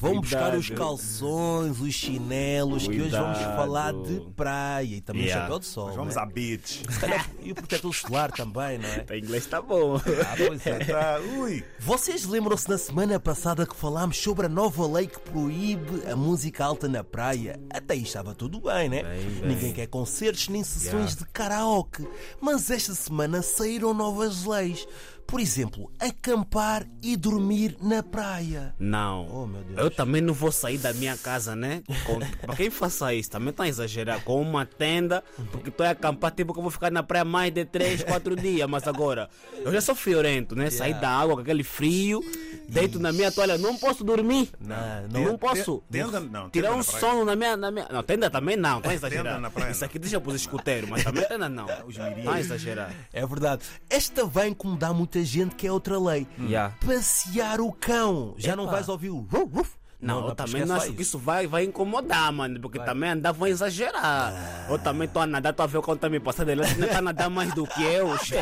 Vão buscar os Cuidado. calções, os chinelos, que hoje vamos Cuidado. falar de praia e também o Yeah. chapéu de sol. Mas vamos né? à beach. Se calhar- E o protetor solar também, não é? O inglês tá bom. Ah, pois é. Tá, ui. Vocês lembram-se na semana passada que falámos sobre a nova lei que proíbe a música alta na praia? Até aí estava tudo bem, né? Ninguém quer concertos nem sessões de karaoke. Mas esta semana saíram novas leis. Por exemplo, acampar e dormir na praia. Não. Oh, meu Deus. Eu também não vou sair da minha casa, né? Com... pra quem faça isso, também tá a exagerar. Com uma tenda, porque estou a acampar, tipo que eu vou ficar na praia mais de 3, 4 dias. Mas agora, eu já sou fiorento, né? Saí da água com aquele frio, deito na minha toalha, não posso dormir. Não, Não, Ah, não. é? posso. tenda- não, Tirar tenda um na praia. sono na minha, na minha. Não, tenda também não, tá a exagerar. na praia, Isso não. aqui deixa pros escuteiros, mas também tenda não. Tá a exagerar. É verdade. Esta vai incomodar muita gente, que é outra lei. Yeah. Passear o cão. Já não Epa. vais ouvir o ruf, ruf. Não, eu também esquece não lá acho que isso vai, vai incomodar, mano, porque também andar vão exagerar. É. Eu também tô a nadar, tô a ver o quanto tá me passando, ele ainda tá a nadar mais do que eu, che.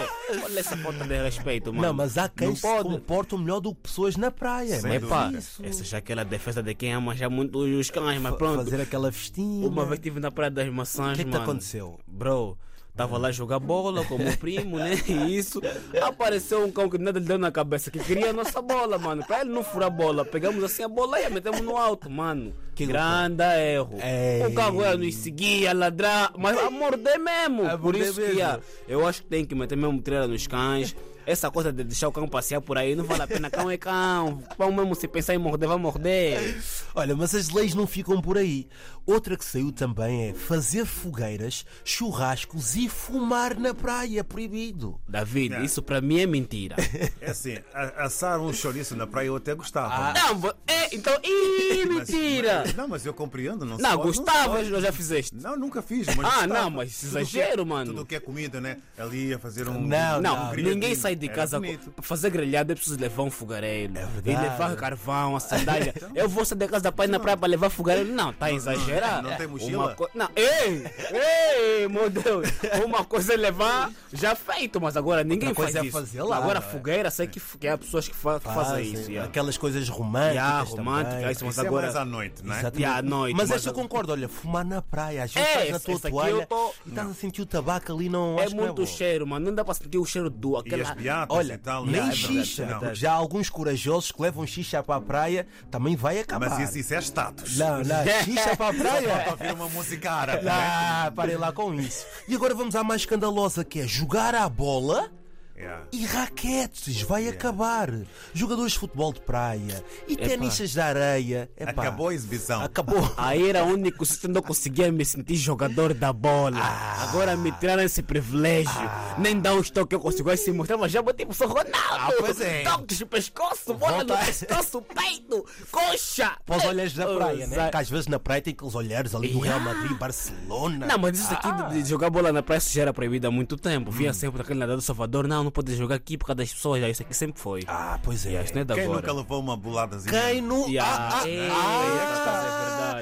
Olha essa falta de respeito, mano. Não, mas há quem Não se pode. comportam melhor do que pessoas na praia. Sem mas Epá, isso. essa já é aquela defesa de quem ama já é muito os cães, mas pronto. Fazer aquela festinha. Uma vez estive na Praia das Maçãs, O que é que te mano. aconteceu? Bro, tava lá a jogar bola com o meu primo, né? E isso. Apareceu um cão que nada lhe deu na cabeça, que queria a nossa bola, mano. Pra ele não furar a bola, pegamos assim a bola e a metemos no alto, mano. Que grande erro. Ei. O cão era nos seguia, ladrar, mas a morder mesmo. A Por morder isso mesmo. que ah, eu acho que tem que meter mesmo treira nos cães. Essa coisa de deixar o cão passear por aí não vale a pena. Cão é cão. Cão mesmo se pensar em morder, vai morder. Olha, mas as leis não ficam por aí. Outra que saiu também é fazer fogueiras, churrascos e fumar na praia. Proibido. David, Não. isso pra mim é mentira. É assim, a- assar um chouriço na praia eu até gostava. Não, vo- é, então. Ih, Mas- mentira! mas- não, mas eu compreendo, não se Não, pode, não se gostavas, pode. não já fizeste. Não, nunca fiz, mas. Ah, gostava. não, mas Tudo que é- exagero, mano. Tudo que é comida, né? Ali a fazer um. Não, não, Não, ninguém sai de Era casa com- bonito. pra fazer grelhada, é preciso levar um fogareiro. e verdade. levar carvão, a sandália. Eu vou sair de casa da pai na praia pra levar fogareiro. Não, tá exagerado. não tem Uma mochila? co- Não, ei! Ei, meu Deus! Uma coisa é levar, já feito, mas agora ninguém coisa faz é isso. fazer lá, agora não é? né? fogueira, sei que, f- que há pessoas que, fa- que fazem isso. é. yeah. Aquelas coisas românticas. Yeah, também. romântica, isso, mas Isso é agora. mais à noite, não é? Exatamente. Yeah, à noite, mas mas esta eu agora- concordo, olha, fumar na praia, às vezes É, estás na esse- tua esse aqui toalha eu tô- e estás a sentir o tabaco ali, não É acho que não muito bom. cheiro, mano. Não dá pra sentir o cheiro do E as aquela. piadas Olha, e tal. nem não, é verdade, xixa, não. porque já há alguns corajosos que levam xixa para a praia, também vai acabar. Mas isso, isso é status. Não, não, xixa para a Para praia. ouvir uma música árabe. né? Ah, parem lá com isso. E agora vamos à mais escandalosa que é jogar à bola Yeah. e raquetes. Vai acabar. Jogadores de futebol de praia e tenistas da areia. é Epá, Acabou a exibição. Acabou. Aí era o único sítio onde eu conseguia me sentir jogador da bola. Ah. Agora me tiraram esse privilégio. Nem dá um estoque eu consigo. Aí se mostrava já botei pro Ronaldo. pois é. Toques no pescoço, bola no Volta. pescoço, peito, coxa. Para os olhares da praia, né? Zé. Que às vezes na praia tem aqueles olhares ali do Real Madrid, Barcelona. Não, mas isso aqui Ah. de de jogar bola na praia isso já era proibido há muito tempo. Hum. Vinha sempre aquele nadador do Salvador. Não, não pode jogar aqui por causa das pessoas. Isso aqui sempre foi. Ah, pois é. Isso não é de Quem agora. nunca levou uma boladazinha? Quem não. Yeah. Ah, ah, Ei, ah, E depois- ah, é verdade, yeah,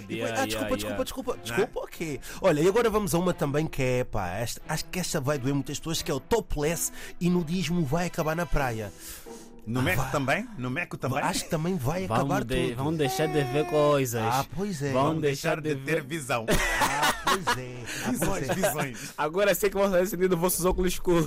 yeah, desculpa, yeah. desculpa, desculpa. Desculpa, ok. Olha, e agora vamos a uma também que é, pá, esta- acho que esta vai doer muitas pessoas, que é o topless e nudismo vai acabar na praia. No Meco também? No Meco também? Acho que também vai acabar Vamos, de- tudo. vamos deixar de ver coisas. Ah, pois é. Vamos Vamos deixar de ter ver. visão. Ah, pois é. Ah, Visões, pois é. visões. Agora sei que vão estar acendendo vossos óculos escuros.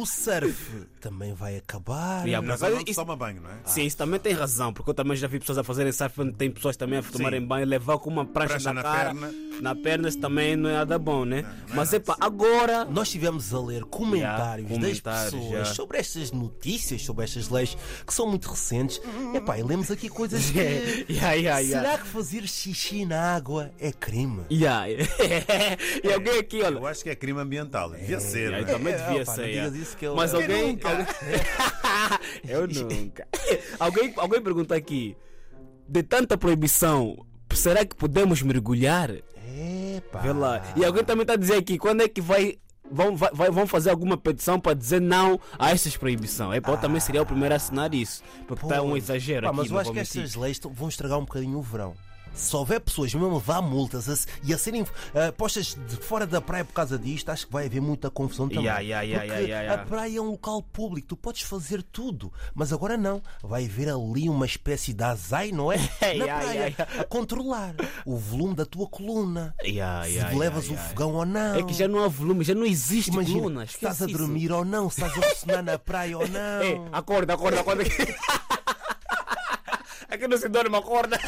O surf também vai acabar. Yeah, Não, mas só não isso- toma banho, não é? Sim, isso também tem razão, porque eu também já vi pessoas a fazerem surf, onde tem pessoas também a tomarem banho, levar com uma prancha, Prancha na na cara, perna. na perna, isso também não é nada bom, né? não é Mas nada. epa, agora. Nós estivemos a ler comentários Yeah, das comentários, pessoas yeah. sobre estas notícias, sobre estas leis que são muito recentes. Epá, e lemos aqui coisas que. Yeah, yeah, Será que fazer xixi na água é crime? yeah. Yeah. e alguém aqui, olha. Eu acho que é crime ambiental. Devia Yeah, ser. eu né? também É, devia opa, ser. não yeah. digas isso que eu- Mas Eu alguém. alguém- eu nunca. alguém, alguém perguntou aqui: de tanta proibição, será que podemos mergulhar? Epá. Vê lá. E alguém também está a dizer aqui: quando é que vai. Vão, vai- vai- vão fazer alguma petição para dizer não a essas proibições. É, pá, eu também seria o primeiro a assinar isso. Porque está um Pois. exagero Ah. Pá, mas aqui. eu não acho vou que mentir. estas leis tão- vão estragar um bocadinho o verão. se houver pessoas mesmo a levar multas a se- e a serem eh, postas de fora da praia por causa disto, acho que vai haver muita confusão também. Ya, ya, ya, Porque ya, ya, ya. a praia é um local público, tu podes fazer tudo, mas agora não. Vai haver ali uma espécie de azai, não é? Na Ya, praia, ya, ya. a controlar o volume da tua coluna. Ya, se ya, ya, levas ya. o fogão ou não. É que já não há volume, já não existe Imagina, coluna. se esquece estás a isso. dormir ou não, se estás a ressonar na praia ou não. É, acorda, acorda, acorda. É Aqui não se dorme, acorda.